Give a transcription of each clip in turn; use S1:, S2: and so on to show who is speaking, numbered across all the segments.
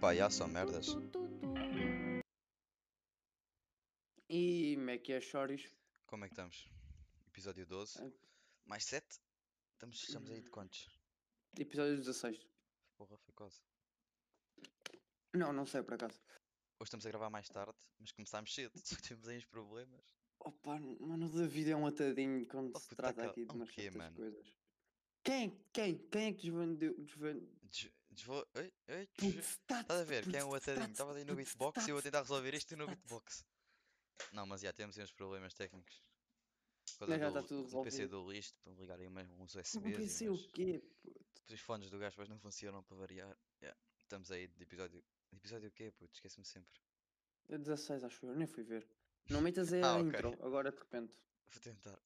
S1: Pá, já são merdas.
S2: E como é que é, Choris?
S1: Como é que estamos? Episódio 12.
S2: Ah.
S1: Mais 7? Estamos, estamos aí de quantos?
S2: Episódio 16.
S1: Porra, foi quase.
S2: Não, não sei por acaso.
S1: Hoje estamos a gravar mais tarde, mas começámos cedo. Só que temos aí uns problemas.
S2: Opa, mano, o David é um atadinho quando
S1: Oh,
S2: se
S1: puta
S2: trata
S1: ca-
S2: aqui
S1: oh,
S2: de umas
S1: quê,
S2: certas
S1: mano?
S2: coisas. Quem? Quem? Quem é que desvendeu? desvendeu?
S1: Des- Desvo... Ei, ei, des- Estás a ver? Quem é o atadinho? Estava aí no beatbox e eu a tentar resolver isto e no beatbox. Não, mas já temos aí uns problemas técnicos. Por causa
S2: Mas já está
S1: do-
S2: tudo
S1: do PC
S2: resolvido.
S1: do lixo, para ligar aí mais uns
S2: Um
S1: USBs. e
S2: PC o
S1: umas-
S2: quê?
S1: Os fones do gajo depois não funcionam para variar. Yeah. Estamos aí de episódio. de Episódio o quê, puto? Esquece-me sempre.
S2: É 16, acho eu, nem fui ver. Não metas aí
S1: Ah,
S2: a
S1: ok.
S2: intro, agora de repente.
S1: Vou tentar.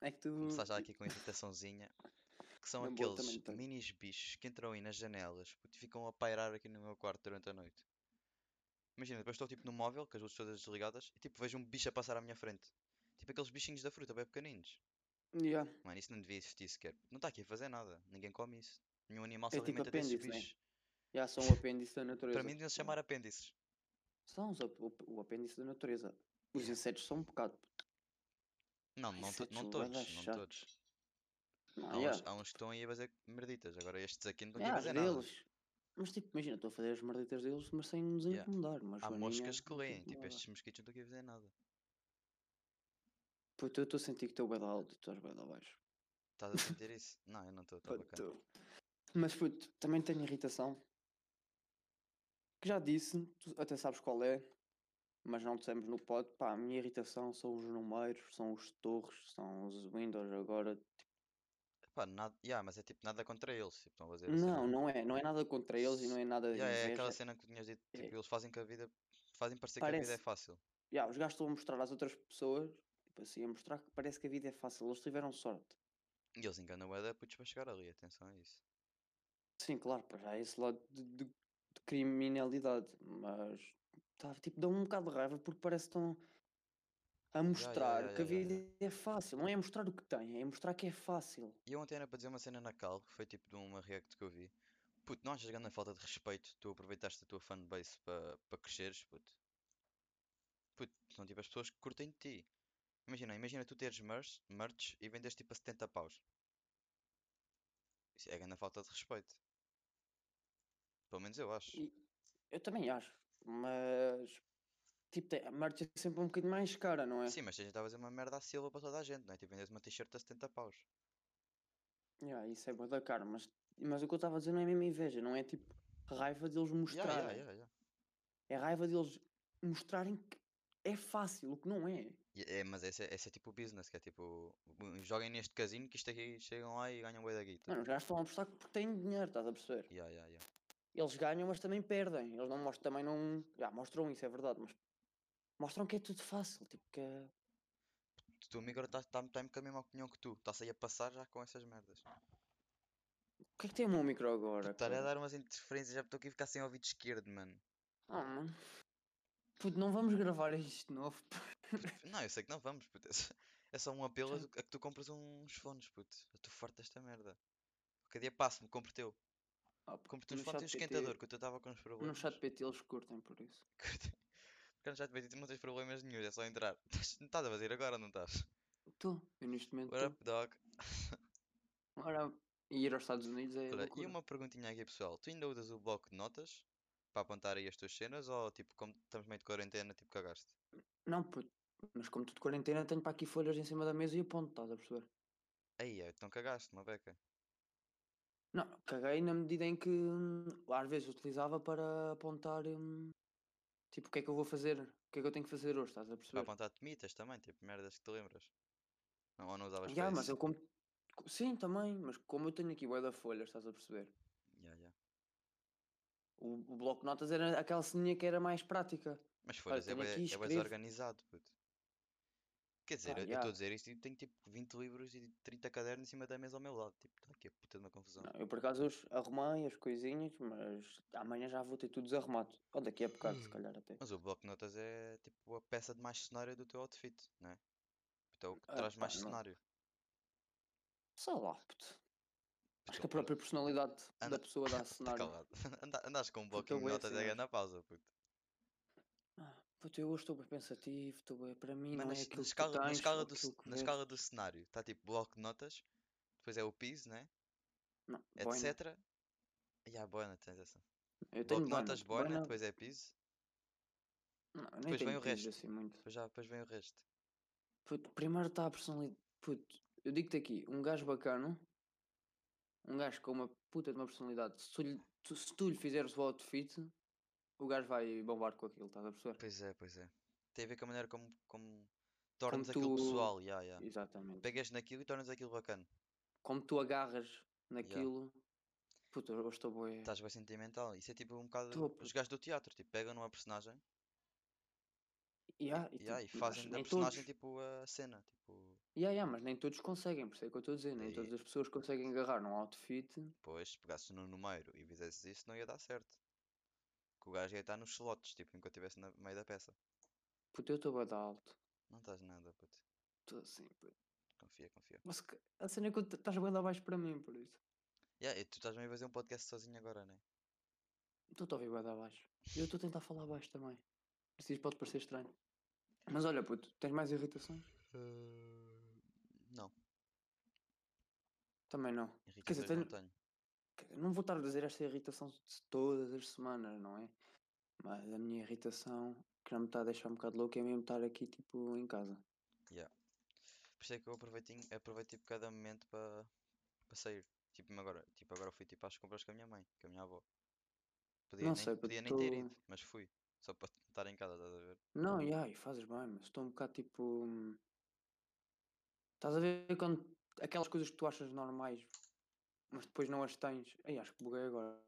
S2: É que tu.
S1: começar já aqui com a irritaçãozinha. Que são
S2: Na boa, também
S1: aqueles
S2: tenho.
S1: minis bichos que entram aí nas janelas puto, e ficam a pairar aqui no meu quarto durante a noite. Imagina, depois estou tipo no móvel, com as luzes todas desligadas, e tipo vejo um bicho a passar à minha frente. Tipo aqueles bichinhos da fruta, bem pequeninos.
S2: Yeah.
S1: Mano, isso não devia existir sequer. Não está aqui a fazer nada. Ninguém come isso. Nenhum animal se
S2: É tipo
S1: alimenta desses
S2: apêndice, né? é
S1: bichos.
S2: Já são o apêndice da natureza.
S1: Para mim, deviam se chamar apêndices.
S2: São os ap- o- o apêndice da natureza. Os insetos são um bocado.
S1: Não,
S2: Ai, é tipo
S1: não, to- não
S2: insetos bué da
S1: todos, não
S2: chatos.
S1: todos.
S2: Não,
S1: Há,
S2: Ah, yeah.
S1: uns, há uns que estão aí a fazer merditas. Agora estes aqui não estão
S2: É,
S1: aqui a
S2: às
S1: fazer nada.
S2: deles. Mas tipo, imagina, estou a fazer as merditas deles, mas sem nos
S1: Yeah.
S2: incomodar. Mas é,
S1: Há moscas que leem, tipo, estes mosquitos não estão aqui a fazer nada.
S2: Puto, eu estou a sentir que estou bem alto e tu estás bem abaixo.
S1: Estás a sentir isso? Não, eu não estou, está Tá bacana.
S2: Puto. Mas puto, também tenho irritação. Que já disse, tu até sabes qual é, mas não dissemos no pod. Pá, a minha irritação são os números, são os torres, são os Windows agora.
S1: Pá, nada, yeah, mas é tipo nada contra eles, tipo, estão a fazer a
S2: Não,
S1: cena.
S2: não é. Não é nada contra eles e não é nada de
S1: Yeah, é
S2: inveja. É
S1: aquela cena que tu tinhas dito, tipo, eles fazem que a vida, fazem parecer que a vida é
S2: Parece.
S1: fácil.
S2: Ya, os gajos estão a mostrar às outras pessoas, tipo assim, a mostrar que parece que a vida é fácil. Eles tiveram sorte.
S1: E eles enganam o Eda, putos, para chegar ali, atenção a isso.
S2: Sim, claro, pois há esse lado de, de- de criminalidade, mas tá, tipo, dá um bocado de raiva porque parece que estão a mostrar
S1: ya,
S2: que a
S1: ya, ya,
S2: vida é fácil, não é mostrar o que tem, é mostrar que é fácil.
S1: E eu ontem era para dizer uma cena na Cal, que foi tipo de uma react que eu vi. Puto, não achas grande falta de respeito? Tu aproveitaste a tua fanbase para para cresceres, puto. Puto, são tipo as pessoas que curtem de ti. Imagina, imagina tu teres merch, merch e vendes tipo a 70 paus. Isso é grande falta de respeito. Pelo menos eu acho.
S2: E eu também acho, mas tipo, tem- a merch é sempre um bocadinho mais cara, não é?
S1: Sim, mas a gente está a fazer uma merda à Silva para toda a gente, não é? Tipo, vendes uma t-shirt a 70 paus.
S2: Ya, isso é boa da cara, mas, mas o que eu estava a dizer não é mesmo inveja, não é tipo raiva deles
S1: Ya, ya,
S2: mostrarem.
S1: ya, ya.
S2: É raiva deles mostrarem que é fácil, o que não é.
S1: E É, mas esse é, esse é tipo o business, que é tipo, "Bu- joguem neste casino que isto aqui chegam lá e ganham bué da guita.
S2: Mano, os gajos estão a apostar porque têm dinheiro, estás a perceber?
S1: Ya, ya, ya.
S2: Eles ganham, mas também perdem. Eles não mostram, também não. Já mostram isso, é verdade, mas mostram que é tudo fácil. Tipo, que é-
S1: Tu- Tu amigo está tá, tá com a mesma opinião que tu. Estás aí a passar já com essas merdas. Tipo,
S2: O que é que tem o meu micro agora?
S1: Estar a
S2: cara?
S1: dar umas interferências, já estou aqui a ficar sem ouvido esquerdo, mano.
S2: Ah, mano. Puto, não vamos gravar isto de novo. pá.
S1: Não, eu sei que não vamos, puto. É só- É só um apelo a tu- a que tu compres uns fones, puto. Eu estou forte desta merda. Qualquer dia passo-me, compro teu.
S2: Ah, puto,
S1: Compro-te uns
S2: no
S1: fones e um
S2: ChatGPT
S1: esquentador, que eu estava com uns problemas.
S2: No chat PT eles curtem por isso.
S1: Porque no chat tu não tens problemas nenhum, é só entrar. Estás- Não estás a fazer agora, não estás?
S2: Estou, eu neste momento.
S1: What up, dog?
S2: tô. Ora, ir aos Estados Unidos é.
S1: Olha,
S2: loucura.
S1: e uma perguntinha aqui, pessoal. Tu ainda usas o bloco de notas para apontar aí as tuas cenas ou tipo, como estamos meio de quarentena, tipo, cagaste?
S2: Não, puto. Mas como tudo quarentena, tenho para aqui folhas em cima da mesa e aponto, estás a perceber?
S1: Aí, é, então cagaste, uma beca.
S2: Não, caguei na medida em que hum, às vezes utilizava para apontar hum, tipo o que é que eu vou fazer, o que é que eu tenho que fazer hoje, estás a
S1: Para
S2: perceber?
S1: apontar mitas também, tipo, merdas que te lembras. Não, ou não usavas
S2: Já,
S1: para
S2: mas
S1: isso?
S2: eu como. co- Sim, também, mas como eu tenho aqui bué da folha, estás a perceber?
S1: Ya, ya.
S2: O, o bloco de notas era aquela ceninha que era mais prática.
S1: Mas folhas, é
S2: tenho
S1: bué-
S2: aqui,
S1: é bué
S2: escrevo.
S1: desorganizado, puto. Quer dizer, eu- eu
S2: ya.
S1: estou a dizer isto e tenho tipo 20 livros e 30 cadernos em cima da mesa ao meu lado. Tipo, está aqui a puta de uma confusão.
S2: Não, eu por acaso hoje arrumei as coisinhas, mas amanhã já vou ter tudo desarrumado. Ou daqui a bocado,
S1: Hum.
S2: se calhar até.
S1: Mas o bloco de notas é tipo a peça de mais cenário do teu outfit, não é? Então o que
S2: Ah,
S1: traz
S2: pá,
S1: mais
S2: não.
S1: cenário.
S2: Sei lá, puto. Acho
S1: Puto,
S2: que a própria personalidade
S1: Anda-
S2: da pessoa
S1: tá
S2: dá cenário.
S1: calado. Anda- Andaste com um bloquinho de
S2: bué
S1: notas
S2: cenário.
S1: aí na pausa, puto.
S2: Ah, Puto, eu hoje estou bem pensativo, estou bem. Para mim,
S1: Mas
S2: não
S1: na,
S2: é
S1: es- na
S2: aquilo que tu
S1: escala, na,
S2: tens,
S1: escala
S2: ou
S1: do,
S2: aquilo
S1: ce-
S2: que
S1: na
S2: vês.
S1: escala do cenário, está tipo bloco de notas, depois é o piso, né?
S2: Não,
S1: é
S2: boina.
S1: etc. E há boina, tens essa.
S2: Eu
S1: Bloco
S2: tenho
S1: de notas, boina,
S2: boina.
S1: depois é piso,
S2: Não, nem
S1: depois vem
S2: tenho
S1: o
S2: tido
S1: resto.
S2: assim muito.
S1: depois, já, depois vem o resto.
S2: Puto, primeiro está a personalidade. Puto, eu digo-te aqui, um gajo bacano, um gajo com uma puta de uma personalidade, se tu lhe, tu- se tu lhe fizeres o outfit, o gajo vai bombar com aquilo, estás a perceber?
S1: Pois é, pois é. Tem a ver com a maneira como, como tornas aquilo
S2: tu-
S1: pessoal, ya, ya.
S2: Exatamente.
S1: Pegas naquilo e tornas aquilo bacana.
S2: Como tu agarras naquilo, puto, eu estou bem.
S1: Estás bem sentimental. Isso é tipo um bocado
S2: Tô,
S1: os
S2: puto.
S1: gajos do teatro, tipo, pegam numa personagem
S2: Yeah, e,
S1: ya, e
S2: tipo, mas
S1: fazem da
S2: nem
S1: personagem
S2: todos-
S1: tipo a cena. Tipo,
S2: Yeah, yeah, mas nem todos conseguem, por isso é que eu estou a dizer, nem
S1: E-
S2: todas as pessoas conseguem agarrar num outfit.
S1: pois, se pegasses no número e fizesses isso, não ia dar certo. Que o gajo ia estar nos slots, tipo, enquanto estivesse no meio da peça.
S2: Puto, eu estou bem da alto.
S1: Não estás nada, puto.
S2: Estou assim, puto.
S1: Confia, confia.
S2: Mas que- a cena é que eu- estás bem da baixo para mim, por isso.
S1: Ya, e tu estás mesmo a fazer um podcast sozinho agora, né?
S2: Estou a ouvir bué de abaixo. E eu estou a tentar falar abaixo também. Isto isto pode parecer estranho. Mas olha, puto, tens mais irritações? Eh,
S1: Não,
S2: Também não.
S1: Henrique,
S2: dizer,
S1: não
S2: tenho-
S1: tenho.
S2: Quer dizer, Não vou estar a dizer esta irritação de todas as semanas, não é? Mas a minha irritação, que já me está a deixar um bocado louco, é mesmo estar aqui, tipo, em casa.
S1: Por isso é que eu aproveitinho, aproveito tipo cada momento para para sair. Tipo mesmo agora, tipo agora fui tipo às compras com a minha mãe, com a minha avó. Podia
S2: Não
S1: nem,
S2: sei, puto,
S1: podia nem ter
S2: tô-
S1: ido, mas fui. Só para estar em casa, estás a ver?
S2: Não, e ai, fazes bem, mas estou um bocado, tipo... hum, Estás a ver quando aquelas coisas que tu achas normais, mas depois não as tens. Ai, acho que buguei agora.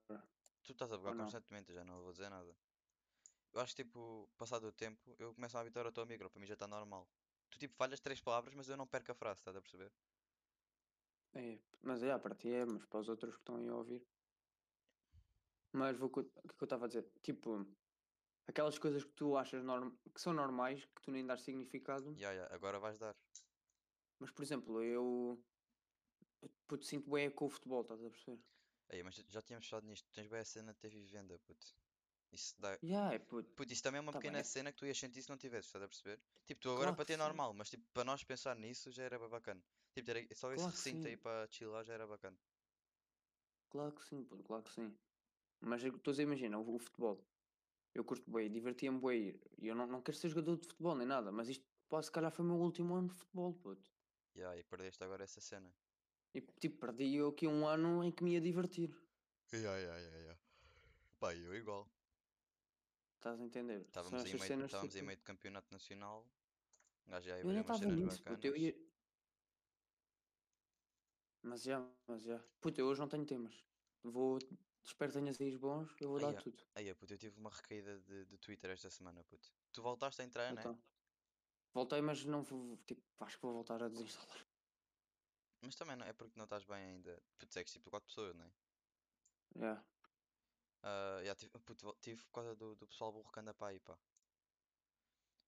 S1: Tu estás a bugar
S2: não?
S1: constantemente, eu já não vou dizer nada. Eu acho que tipo, passado o tempo, eu começo a habituar ao teu micro, para mim já está normal. Tu tipo falhas três palavras, mas eu não perco a frase, estás a perceber?
S2: É, mas é, para ti é, mas para os outros que estão aí a ouvir. Mas vou, co- o que é que eu estava a dizer? Tipo, aquelas coisas que tu achas norm- que são normais, que tu nem dás significado,
S1: Ya, ya, agora vais dar.
S2: mas por exemplo, eu, eu puto, sinto bem com o futebol, estás a perceber?
S1: Aí, mas já- já tínhamos falado nisto, tens bem a cena de ter vivenda, puto. Isso dá,
S2: Yeah, é puto,
S1: Puto, isso também é uma
S2: Tá bem.
S1: pequena cena que tu ias sentir se não tivesses, estás a perceber? Tipo, tu agora
S2: Claro
S1: para
S2: que
S1: ti é
S2: sim.
S1: normal, mas tipo, para nós pensar nisso já era bué bacana. Tipo, ter a- só esse
S2: Claro que
S1: recinto aí
S2: sim.
S1: para chilar já era bacana.
S2: claro que sim, puto, claro que sim. Mas eu estou a dizer, imagina, o, o futebol. Eu curto bem, divertia-me bem ir. E eu não, não quero ser jogador de futebol nem nada, mas isto, pá, se calhar foi o meu último ano de futebol, puto.
S1: Ya, e perdeste agora essa cena.
S2: E tipo, perdi eu aqui um ano em que me ia divertir.
S1: Ya, ya, ya, ya. Pá, eu igual.
S2: Estás a entender?
S1: Estávamos em
S2: estas
S1: meio,
S2: cenas,
S1: estávamos em
S2: tipo,
S1: meio de campeonato nacional. Um gajo já ia
S2: Eu
S1: ver
S2: nem
S1: umas
S2: estava
S1: cenas
S2: nisso, puto, eu
S1: bacanas.
S2: ia... Mas já, mas já. Puto, eu hoje não tenho temas. Vou... Espero que tenhas aí os bons, eu vou
S1: Ai,
S2: dar
S1: é.
S2: tudo.
S1: Aí, puto, eu tive uma recaída de, de Twitter esta semana, puto. Tu voltaste a entrar, né?
S2: Então. Voltei, mas não vou... Tipo, acho que vou voltar a desinstalar.
S1: Mas também não, é porque não estás bem ainda. Puto, segues tipo 4 pessoas, né?
S2: Já.
S1: Ah, ya, tive, puto, vol- tive por causa do, do pessoal burro que anda para aí, pá.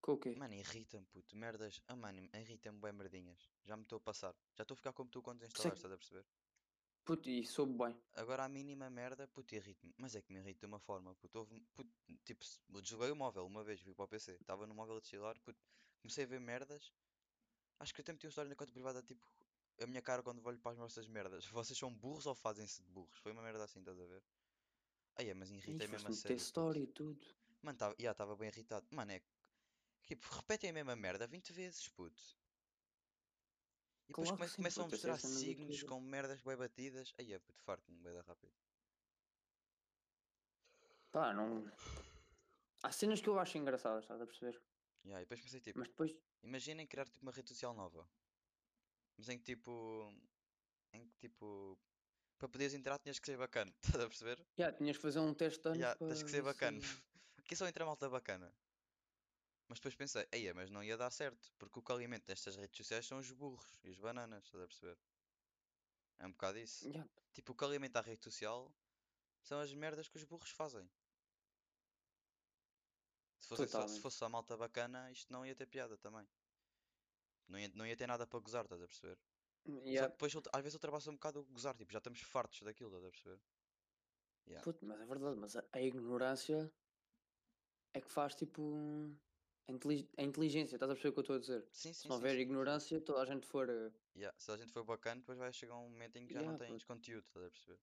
S2: Com o quê?
S1: Mano, irrita-me, puto. Merdas. Ah, mano, irrita-me bem merdinhas. Já me estou a passar. Já estou a ficar como tu quando instalaste, estás a perceber?
S2: Puto, e soube bem.
S1: Agora a mínima merda, puto, irrita-me. Mas é que me irrita de uma forma, puto. Houve, puto tipo, se- eu desliguei o móvel uma vez, fui para o PC. Estava no móvel a chilar, puto. Comecei a ver merdas. Acho que eu até meti uma história na conta privada, tipo, a minha cara quando olho para as vossas merdas. Vocês são burros ou fazem-se de burros? Foi uma merda assim, estás a ver? Ai, é, mas
S2: E
S1: irritei mesmo
S2: foste
S1: a sério.
S2: meter
S1: puto.
S2: story e tudo.
S1: Mano, tava, yeah, tava bem irritado. Mano, é. que- Tipo, repetem a mesma merda 20 vezes, puto. E depois
S2: Claro que
S1: come-
S2: sim,
S1: começam a
S2: puto, essa é a
S1: mostrar
S2: cena do
S1: signos
S2: Twitter.
S1: com merdas bem batidas. Aí é, puto, farto-me, bué da rápido.
S2: Pá, não... Há cenas que eu acho engraçadas, estás a perceber?
S1: Yeah, e depois pensei, tipo,
S2: Mas depois...
S1: imaginem criar tipo uma rede social nova. Mas em que tipo. Em que tipo. Para poderes entrar tinhas que ser bacana, estás a perceber?
S2: Já, tinhas que fazer um teste antes
S1: Yeah, tens que
S2: para
S1: ser
S2: ver se-
S1: bacana. Aqui só entra malta bacana. Mas depois pensei, aí é, mas não ia dar certo, porque o que alimenta estas redes sociais são os burros e os bananas, estás a perceber? É um bocado isso.
S2: Já,
S1: Tipo, o que alimenta a rede social são as merdas que os burros fazem. Se fosse, só, se
S2: Totalmente.
S1: fosse só malta bacana, isto não ia ter piada também. Não ia, não ia ter nada para gozar, estás a perceber? Só
S2: Yeah.
S1: que depois ultra- às vezes ultrapassa um bocado o gozar, tipo, já estamos fartos daquilo, estás a perceber? Yeah.
S2: Puto, mas é verdade, mas a, a ignorância é que faz tipo. A, intelig- a inteligência, estás a perceber o que eu estou a dizer?
S1: Sim, sim,
S2: Se não
S1: sim,
S2: houver
S1: sim, sim.
S2: ignorância, toda a gente for. eh,
S1: Yeah, Se a gente for bacana, depois vai chegar um momento em que já não
S2: Yeah,
S1: tens conteúdo, estás a perceber?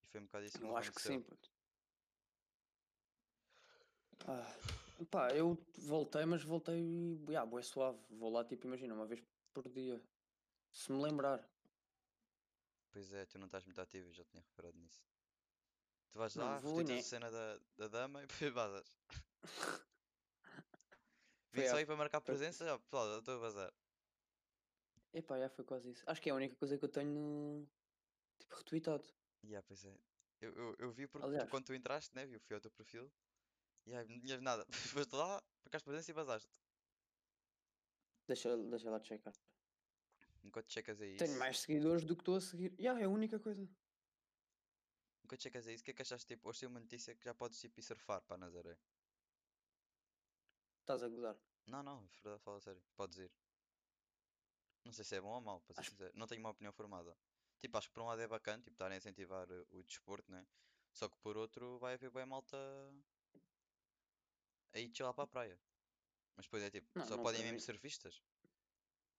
S1: E foi um bocado isso que me
S2: Eu acho que
S1: aconteceu.
S2: sim, puto. Ah, pá, eu voltei, mas voltei. Yeah, bué suave. Vou lá, tipo, imagina, uma vez por dia. Se me lembrar.
S1: Pois é, tu não estás muito ativo, eu já tinha reparado nisso. Tu vais
S2: Não
S1: lá,
S2: vou,
S1: repetes a
S2: né?
S1: cena da, da dama e depois vazas. Vim
S2: Foi
S1: só
S2: a-
S1: aí para marcar
S2: foi-
S1: presença, já, pessoal, eu estou a vazar.
S2: Epá, já foi quase isso. Acho que é a única coisa que eu tenho no. Tipo, retweetado.
S1: Yeah, pois é. Eu, eu, eu vi porque tu-
S2: Aliás.
S1: quando tu entraste, né? Eu fui ao teu perfil. E aí não tinhas nada. Foste lá, marcaste presença e vazaste.
S2: Deixa, deixa lá checar.
S1: Enquanto checas a
S2: Tenho
S1: isso,
S2: mais seguidores do que estou a seguir. Yeah, é a única coisa.
S1: enquanto checas a isso, o que é que achaste? Tipo, hoje tem uma notícia que já podes tipo, ir surfar para Nazaré.
S2: Estás a gozar.
S1: Não, não, é verdade, fala sério. Podes ir. Não sei se é bom ou mau, para ser
S2: Acho-
S1: sincero. Não tenho uma opinião formada. Tipo, acho que por um lado é bacana, tipo, estarem a incentivar eh, o desporto, né? Só que por outro vai haver bem malta aí de lá para a praia. Mas depois é tipo,
S2: Não,
S1: só
S2: não,
S1: podem
S2: para
S1: mesmo
S2: mim-
S1: surfistas.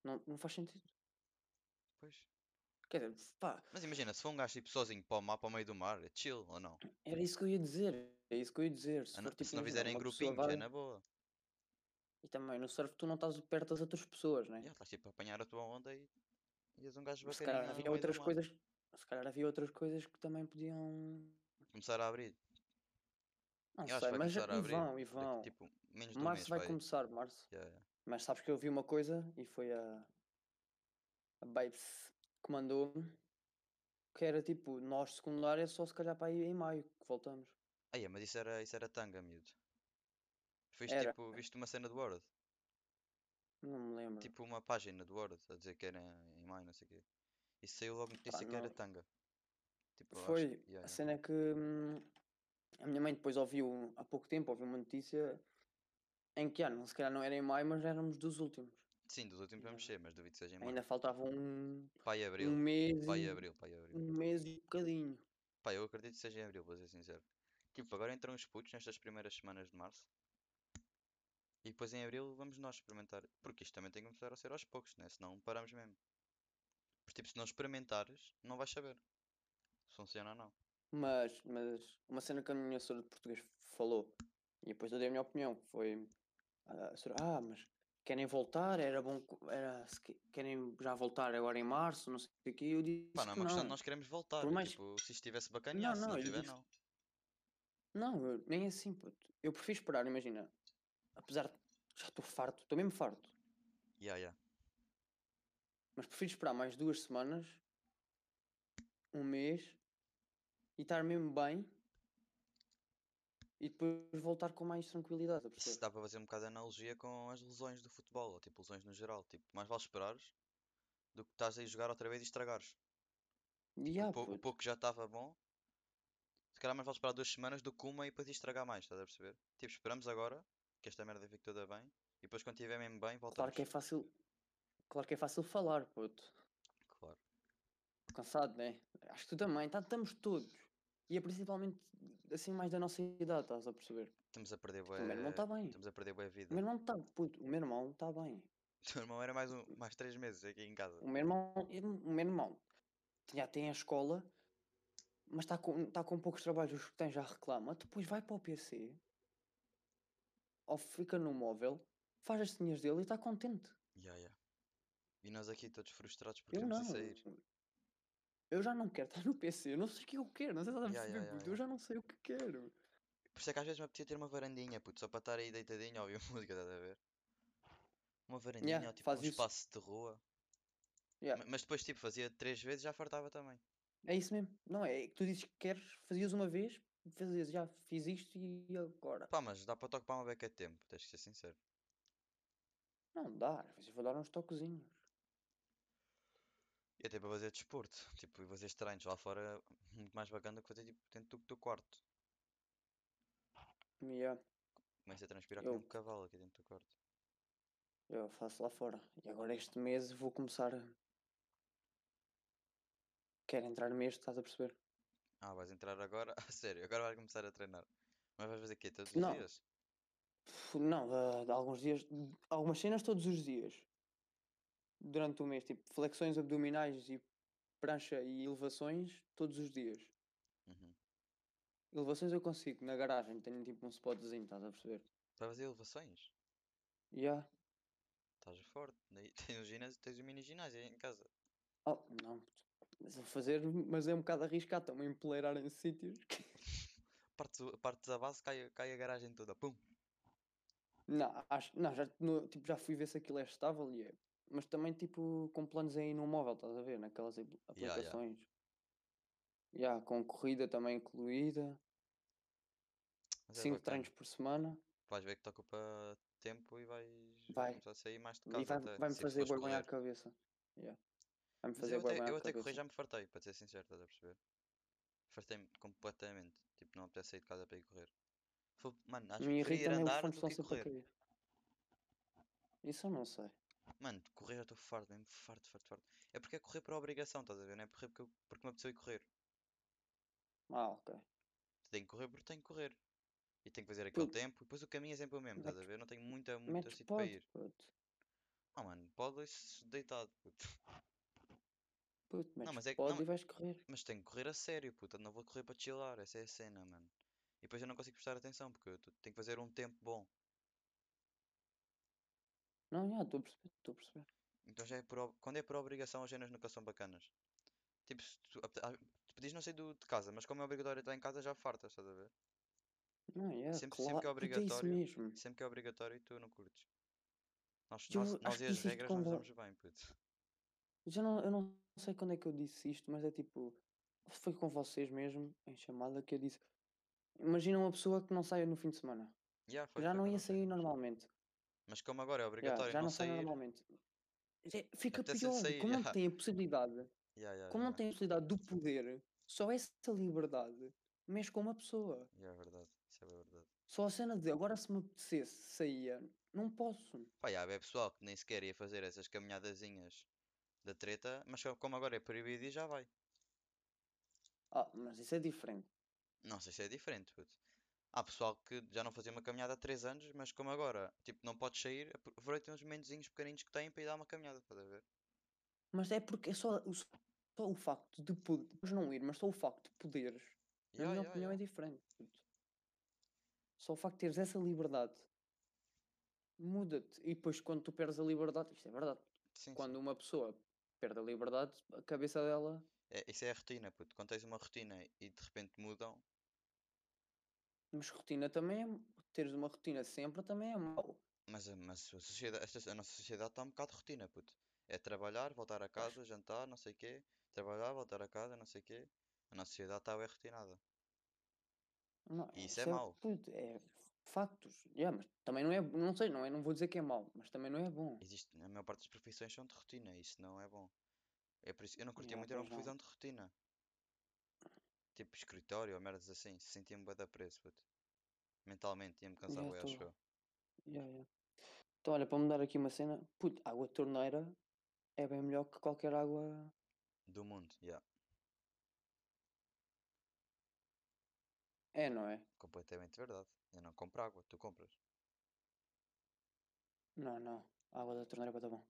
S2: Não, não faz sentido.
S1: Pois.
S2: Quer dizer, pá,
S1: Mas imagina, se for um gajo tipo sozinho para o mar, para o meio do mar, é chill ou não?
S2: era isso que eu ia dizer. É isso que eu ia dizer. Se,
S1: A Ah, não-
S2: for, tipo,
S1: se não
S2: imagina,
S1: fizerem
S2: uma pessoa
S1: grupinhos, é
S2: vai-
S1: na boa.
S2: E também no surf tu não estás perto das outras pessoas, né?
S1: Yeah, estás tipo a apanhar a tua onda e, e és um gajo
S2: Se
S1: bacaninha
S2: calhar
S1: no
S2: havia
S1: meio do
S2: outras
S1: mar.
S2: coisas. Se calhar havia outras coisas que também podiam.
S1: Começar a abrir. tipo,
S2: Não
S1: Eu acho que
S2: sei,
S1: vai
S2: mas e
S1: começar a abrir
S2: vão, e
S1: daqui,
S2: vão.
S1: tipo, menos de um mês,
S2: março vai
S1: vai.
S2: começar, março.
S1: Yeah, yeah.
S2: Mas sabes que eu vi uma coisa e foi a. A Babes que mandou-me. Que era tipo, nós secundária só se calhar para ir em maio que voltamos.
S1: Ah, yeah, mas isso era, isso era tanga, miúdo. Viste,
S2: Era.
S1: tipo, viste uma cena do Word,
S2: Não me lembro.
S1: tipo uma página do Word, a dizer que era em maio, não sei o quê. Isso saiu logo notícia que era
S2: não.
S1: tanga. Tipo, eu acho
S2: Foi.
S1: que- yeah,
S2: A
S1: yeah.
S2: cena é que hum, a minha mãe depois ouviu há pouco tempo, ouviu uma notícia em que ano? Se calhar não era em maio, mas éramos dos últimos.
S1: Sim, dos últimos vamos ser, mas duvido que seja em maio.
S2: Ainda faltava um,
S1: Pai
S2: um
S1: abril,
S2: mês.
S1: pai
S2: e-
S1: abril, pai abril.
S2: Um mês e um bocadinho.
S1: Pá, eu acredito que seja em abril, vou ser sincero. Tipo, agora entram os putos nestas primeiras semanas de março. E depois em abril vamos nós experimentar. Porque isto também tem que começar a ser aos poucos, né? Senão paramos mesmo. Porque, tipo, se não experimentares, não vais saber se funciona ou não.
S2: Mas, mas uma cena que a minha senhora de português falou, e depois eu dei a minha opinião, que foi ah, a senhora, ah, mas querem voltar, era bom, co- era, se que- querem já voltar agora em março, não sei o que, eu disse
S1: Pá, não é
S2: que
S1: uma questão
S2: não.
S1: de nós queremos voltar.
S2: Por mais-
S1: Tipo, se estivesse bacana,
S2: Não,
S1: já, se não
S2: não, eu
S1: tiver,
S2: disse-
S1: não.
S2: Não, eu- nem assim, puto. Eu prefiro esperar, imagina. Apesar de. Já estou farto, estou mesmo farto.
S1: Ya, ya.
S2: Mas prefiro esperar mais duas semanas, um mês, e estar mesmo bem. E depois voltar com mais tranquilidade, a
S1: Isso
S2: perceber?
S1: dá para fazer um bocado de analogia com as lesões do futebol, ou tipo, lesões no geral. Tipo, mais vale esperares do que estás aí a jogar outra vez e estragares.
S2: E
S1: O
S2: há,
S1: pou- o
S2: puto.
S1: um pouco que já estava bom, se calhar mais vale esperar duas semanas do que uma e depois ir estragar mais, estás a perceber? Tipo, esperamos agora que esta merda fique toda bem e depois quando estiver mesmo bem
S2: Claro que é
S1: voltamos.
S2: fácil. Claro que é fácil falar, puto.
S1: Claro.
S2: Tô Cansado, né? Acho que tu também, tá, estamos todos. E é principalmente assim mais da nossa idade, estás a perceber?
S1: Estamos a perder
S2: O meu irmão
S1: bué-
S2: está bem.
S1: Estamos a perder bué
S2: O
S1: vida.
S2: meu irmão está, puto. O meu irmão está bem.
S1: O teu irmão era mais um, mais três meses aqui em casa.
S2: O meu irmão, o meu irmão já tem a escola, mas está com, tá com poucos trabalhos os que tem já reclama. Depois vai para o PC, ou fica no móvel, faz as senhas dele e está contente.
S1: Ya, ya. E nós aqui todos frustrados porque
S2: Eu
S1: queremos
S2: não.
S1: ir sair.
S2: Eu já não quero estar no PC, eu não sei o que eu quero, não sei se estás a
S1: Ya, ya,
S2: perceber,
S1: ya,
S2: puto,
S1: ya.
S2: eu já não sei o que quero.
S1: Por isso é que às vezes me apetecia ter uma varandinha, puto, só para estar aí deitadinho a ouvir música, estás a ver? Uma varandinha ou tipo
S2: faz
S1: um
S2: isso.
S1: espaço de rua.
S2: Ya.
S1: Ma- Mas depois tipo fazia três vezes já fartava também.
S2: É isso mesmo, não é? é que tu dizes que queres, fazias uma vez, fazias já, fiz isto e agora.
S1: Pá, mas dá para te ocupar uma beca de tempo, tens que ser sincero.
S2: Não dá, às vezes vou dar uns toquezinhos.
S1: E até para fazer desporto, tipo, e fazer estranhos lá fora, muito mais bacana do que fazer tipo, dentro do teu quarto.
S2: Ya.
S1: Começa a transpirar como
S2: Eu-
S1: um cavalo aqui dentro do quarto.
S2: Eu faço lá fora. E agora este mês vou começar. a- Quero entrar neste, estás a perceber?
S1: Ah, vais entrar agora? A sério, agora vais começar a treinar. Mas vais fazer o quê? Todos os
S2: Não.
S1: dias?
S2: Pff, Não, ah, de alguns dias. Algumas cenas todos os dias. Durante o mês, tipo flexões abdominais e prancha e elevações todos os dias.
S1: Uhum.
S2: Elevações eu consigo, na garagem, tenho tipo um spotzinho, estás a perceber?
S1: Vais fazer elevações?
S2: Yeah.
S1: Estás forte. Daí Tens o ginásio, tens o mini ginásio aí em casa.
S2: Oh, não. Mas a fazer, mas é um bocado arriscado, estão-me a empoleirar em sítios. que-
S1: Partes, o- partes a base, cai, a- cai a garagem toda. Pum!
S2: Não, acho, não, já, no- tipo, já fui ver se aquilo é estável e é. Mas também, tipo, com planos aí no móvel, estás a ver? Naquelas apl-
S1: yeah.
S2: aplicações. Já, com corrida também incluída.
S1: Mas é
S2: cinco
S1: bacana.
S2: treinos por semana.
S1: Vais ver que te ocupa tempo e vais
S2: Vai.
S1: começar a sair mais de
S2: E
S1: casa
S2: vai-
S1: até,
S2: vai-me
S1: se
S2: fazer
S1: fores
S2: vergonha à
S1: correr.
S2: cabeça. Yeah. Vai-me
S1: Mas
S2: fazer
S1: eu
S2: vergonha
S1: até, eu
S2: à
S1: até correr
S2: cabeça.
S1: já me fartei, para ser sincero, estás a perceber? Fartei-me completamente. Tipo, não apetece sair de casa para ir correr. Fo- Mano, acho
S2: Me
S1: que
S2: irrita
S1: preferia ir
S2: também os
S1: andar
S2: fones
S1: do
S2: estão
S1: que
S2: sempre a
S1: correr.
S2: cair. Isso eu não sei.
S1: Mano, de correr eu estou farto mesmo, farto, farto, farto. É porque é correr por obrigação, estás a ver? Não é correr porque, eu- porque me apeteceu ir correr.
S2: Ah, ok.
S1: Tenho que correr porque tenho que correr. E tenho que fazer aquele
S2: Puto.
S1: tempo. E depois o caminho é sempre o mesmo, estás a
S2: Mete-
S1: ver? Não tenho muita, muita
S2: Metes
S1: sítio para
S2: pode,
S1: ir.
S2: puto.
S1: Ah, mano, pode isso deitado, puto.
S2: Puto, metes
S1: mas é que-
S2: pode
S1: não,
S2: e vais correr.
S1: Mas tenho que correr a sério, puta. Não vou correr para chilar, essa é a cena, mano. E depois eu não consigo prestar atenção, porque eu t- tenho que fazer um tempo bom.
S2: Não, já, estou a perceber, estou a perceber.
S1: Então já é por, ob- quando é por obrigação, as cenas nunca são bacanas. Tipo, se tu, apete- ah, tu podias não sair do, de casa, mas como é obrigatório estar em casa, já fartas, estás a ver?
S2: Não, já,
S1: Sempre- sempre que é
S2: claro. Puto, é isso
S1: obrigatório,
S2: mesmo.
S1: Sempre que é obrigatório, tu não curtes. Nós,
S2: Eu
S1: nós,
S2: acho
S1: nós
S2: que é
S1: e
S2: disse
S1: as
S2: isto
S1: regras não
S2: quando-
S1: estamos bem, puto.
S2: Já não, eu não sei quando é que eu disse isto, mas é tipo. Foi com vocês mesmo, em chamada, que eu disse. Imagina uma pessoa que não saia no fim de semana.
S1: Já foi,
S2: Já
S1: foi
S2: não
S1: quando
S2: ia
S1: eu fiz.
S2: sair normalmente.
S1: Mas como agora é
S2: Já,
S1: obrigatório
S2: já
S1: não
S2: não sai
S1: sair.
S2: normalmente. É, fica
S1: Apetece-lhe
S2: pior.
S1: sair, Ah.
S2: como
S1: já.
S2: não tem a possibilidade,
S1: Ya, ya,
S2: como não
S1: ya.
S2: tem a possibilidade do poder, só essa liberdade mexe com uma pessoa.
S1: Ya, é verdade. Isso é bem verdade.
S2: Só a cena de agora se me apetecesse, saía. Não posso.
S1: Pá, já, é pessoal que nem sequer ia fazer essas caminhadazinhas da treta, mas co- como agora é proibido e já vai.
S2: Ah, mas isso é diferente.
S1: Não sei se é diferente, puto. Há pessoal que já não fazia uma caminhada há 3 anos, mas como agora, tipo, não podes sair, apro- aproveitem os momentozinhos pequeninos que têm para ir dar uma caminhada, estás a ver?
S2: Mas é porque é só o, só o facto de poderes não ir, mas só o facto de poderes, na
S1: Ya,
S2: minha
S1: ya,
S2: opinião,
S1: ya.
S2: é diferente. puto. Só o facto de teres essa liberdade muda-te. E depois, quando tu perdes a liberdade, isto é verdade.
S1: Sim, sim.
S2: Quando uma pessoa perde a liberdade, a cabeça dela.
S1: É, isso é a rotina, puto. Quando tens uma rotina e de repente mudam,
S2: Mas rotina também é. Teres uma rotina sempre também é mau.
S1: mas, a- mas a sociedade, esta- a nossa sociedade está um bocado de rotina, puto. É trabalhar, voltar a casa, jantar, não sei quê, trabalhar, voltar a casa, não sei quê. A nossa sociedade está bem rotinada.
S2: Não,
S1: E isso é mau.
S2: puto, é factos. Yeah, mas também não é. Não sei, não, é, não vou dizer que é mau, mas também não é bom.
S1: Existe, a maior parte das profissões são de rotina, isso não é bom. É por isso, eu não curtia
S2: Ya,
S1: muito era uma
S2: pois
S1: profissão
S2: não.
S1: de rotina. Tipo escritório ou merdas assim, sentia-me bué da preso, puto. Mentalmente, ia-me cansar
S2: Ya,
S1: bué,
S2: tô-
S1: acho eu.
S2: Ya, ya. Então, olha, para mudar aqui uma cena, puto, água de torneira é bem melhor que qualquer água.
S1: Do mundo, yeah,
S2: É, não é?
S1: completamente verdade. Eu não compro água, tu compras.
S2: Não, não. A água da torneira está bom.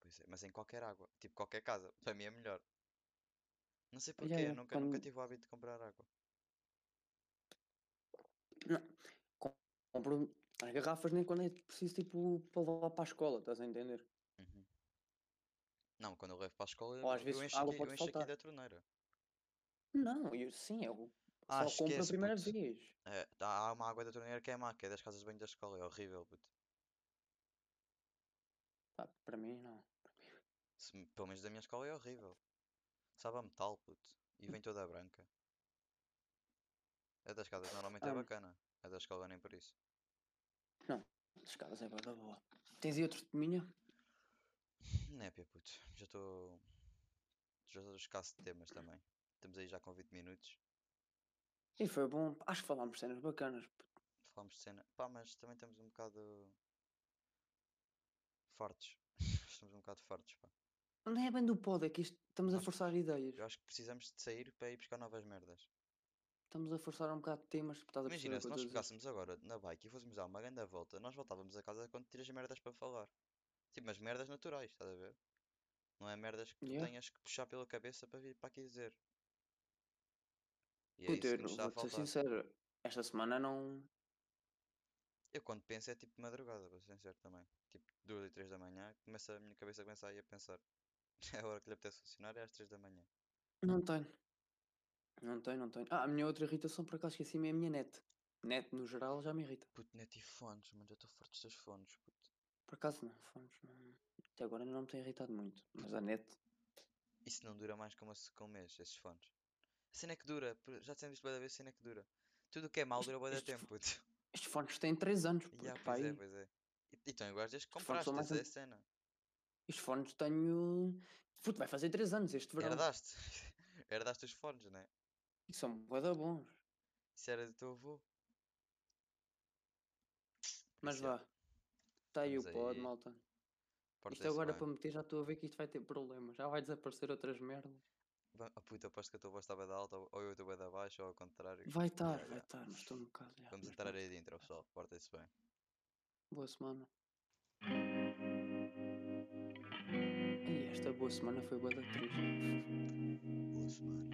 S1: Pois é, mas em qualquer água, tipo qualquer casa, para mim é melhor. Não sei porquê,
S2: ya,
S1: nunca, nunca
S2: quando-
S1: tive o hábito de comprar água.
S2: Compro as garrafas nem quando é preciso, tipo, para levar para a escola, estás a entender?
S1: Uhum. Não, quando eu levo para a escola, eu,
S2: Ou às
S1: eu
S2: vezes
S1: encho
S2: água
S1: aqui,
S2: pode
S1: eu encho aqui
S2: faltar.
S1: da torneira.
S2: Não, eu, sim, eu
S1: Ah,
S2: só compro a
S1: esquece,
S2: primeira
S1: puto.
S2: vez.
S1: É, tá- há uma água da torneira que é má, que é das casas de banho da escola, é horrível, puto.
S2: Pá, para mim, não.
S1: Se me- pelo menos da minha escola é horrível. Sabe a metal, puto. E vem toda branca. A das casas normalmente é
S2: Hum.
S1: bacana. A da escola nem por isso.
S2: As casas é bué da boa. Tens aí outro de minha?
S1: Népia, Né, puto. Já estou. Já estou escasso de temas também. Estamos aí já com 20 minutos.
S2: E foi bom. Acho que falámos cenas bacanas.
S1: Falámos de cena. Pá, mas também estamos um bocado. fartos. Estamos um bocado fartos, pá.
S2: Não é bem do pod, é que isto- estamos a
S1: Nós-
S2: forçar ideias.
S1: Eu acho que precisamos de sair para ir buscar novas merdas.
S2: Estamos a forçar um bocado de temas. Estás a perceber
S1: Imagina,
S2: o que
S1: se
S2: eu
S1: nós
S2: estou a dizer?
S1: pegássemos agora na bike e fôssemos dar uma grande volta, nós voltávamos a casa com três merdas para falar. Tipo, mas merdas naturais, estás a ver? Não é merdas que tu
S2: Yeah.
S1: tenhas que puxar pela cabeça para vir para aqui dizer. E é
S2: Puta,
S1: isso
S2: eu
S1: que nos está a
S2: vou ser
S1: faltar.
S2: sincero, esta semana não.
S1: Eu quando penso é tipo madrugada, vou ser sincero também. Tipo, duas e três da manhã, começa, a minha cabeça começa aí a pensar. É a hora que lhe apetece funcionar, é às três da manhã.
S2: Não tenho. Não tenho, não tenho. Ah, a minha outra irritação, por acaso esqueci-me, é a minha net. Net no geral já me irrita.
S1: Puto, net e fones, mano, já estou farto dos teus fones, puto.
S2: Por acaso não, fones não. Até agora não me tem irritado muito, mas a net.
S1: Isso não dura mais que uma, se- que um mês, esses fones. A cena é que dura, por- já dissemos isto bué da vez, a cena é que dura. Tudo o que é mau dura bué da
S2: este
S1: tempo, puto.
S2: Estes fones têm 3 anos, puto,
S1: Ya,
S2: pá,
S1: pois é,
S2: aí.
S1: pois é. E e estão iguais desde que
S2: Os fones
S1: compraste,
S2: são mais
S1: essa é a
S2: anti-
S1: cena.
S2: Estes fones tenho. Puto, vai fazer 3 anos
S1: É
S2: este verão.
S1: Herdaste. Herdaste os fones, né?
S2: E são boeda bons.
S1: Isso era do teu avô.
S2: Mas
S1: Isso é,
S2: vá. Está aí o
S1: Estamos
S2: pod,
S1: aí.
S2: malta. Isto
S1: portem-se
S2: agora é
S1: bem.
S2: para meter, já estou a ver que isto vai ter problemas. Já vai desaparecer outras merdas.
S1: Va- Oh, puto, aposto que a tua voz está bué da alta, ou ou eu estou bué da baixa, ou ao contrário.
S2: Vai estar,
S1: ya.
S2: vai estar, mas estou um bocado. já,
S1: é, Vamos
S2: mas
S1: entrar
S2: pronto.
S1: aí dentro, pessoal. Portem-se bem.
S2: Boa semana. Ei, esta boa semana foi boa da triste.
S1: Boa semana.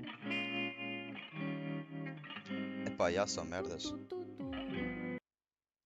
S1: Epá, já são merdas.
S3: Tu, tu,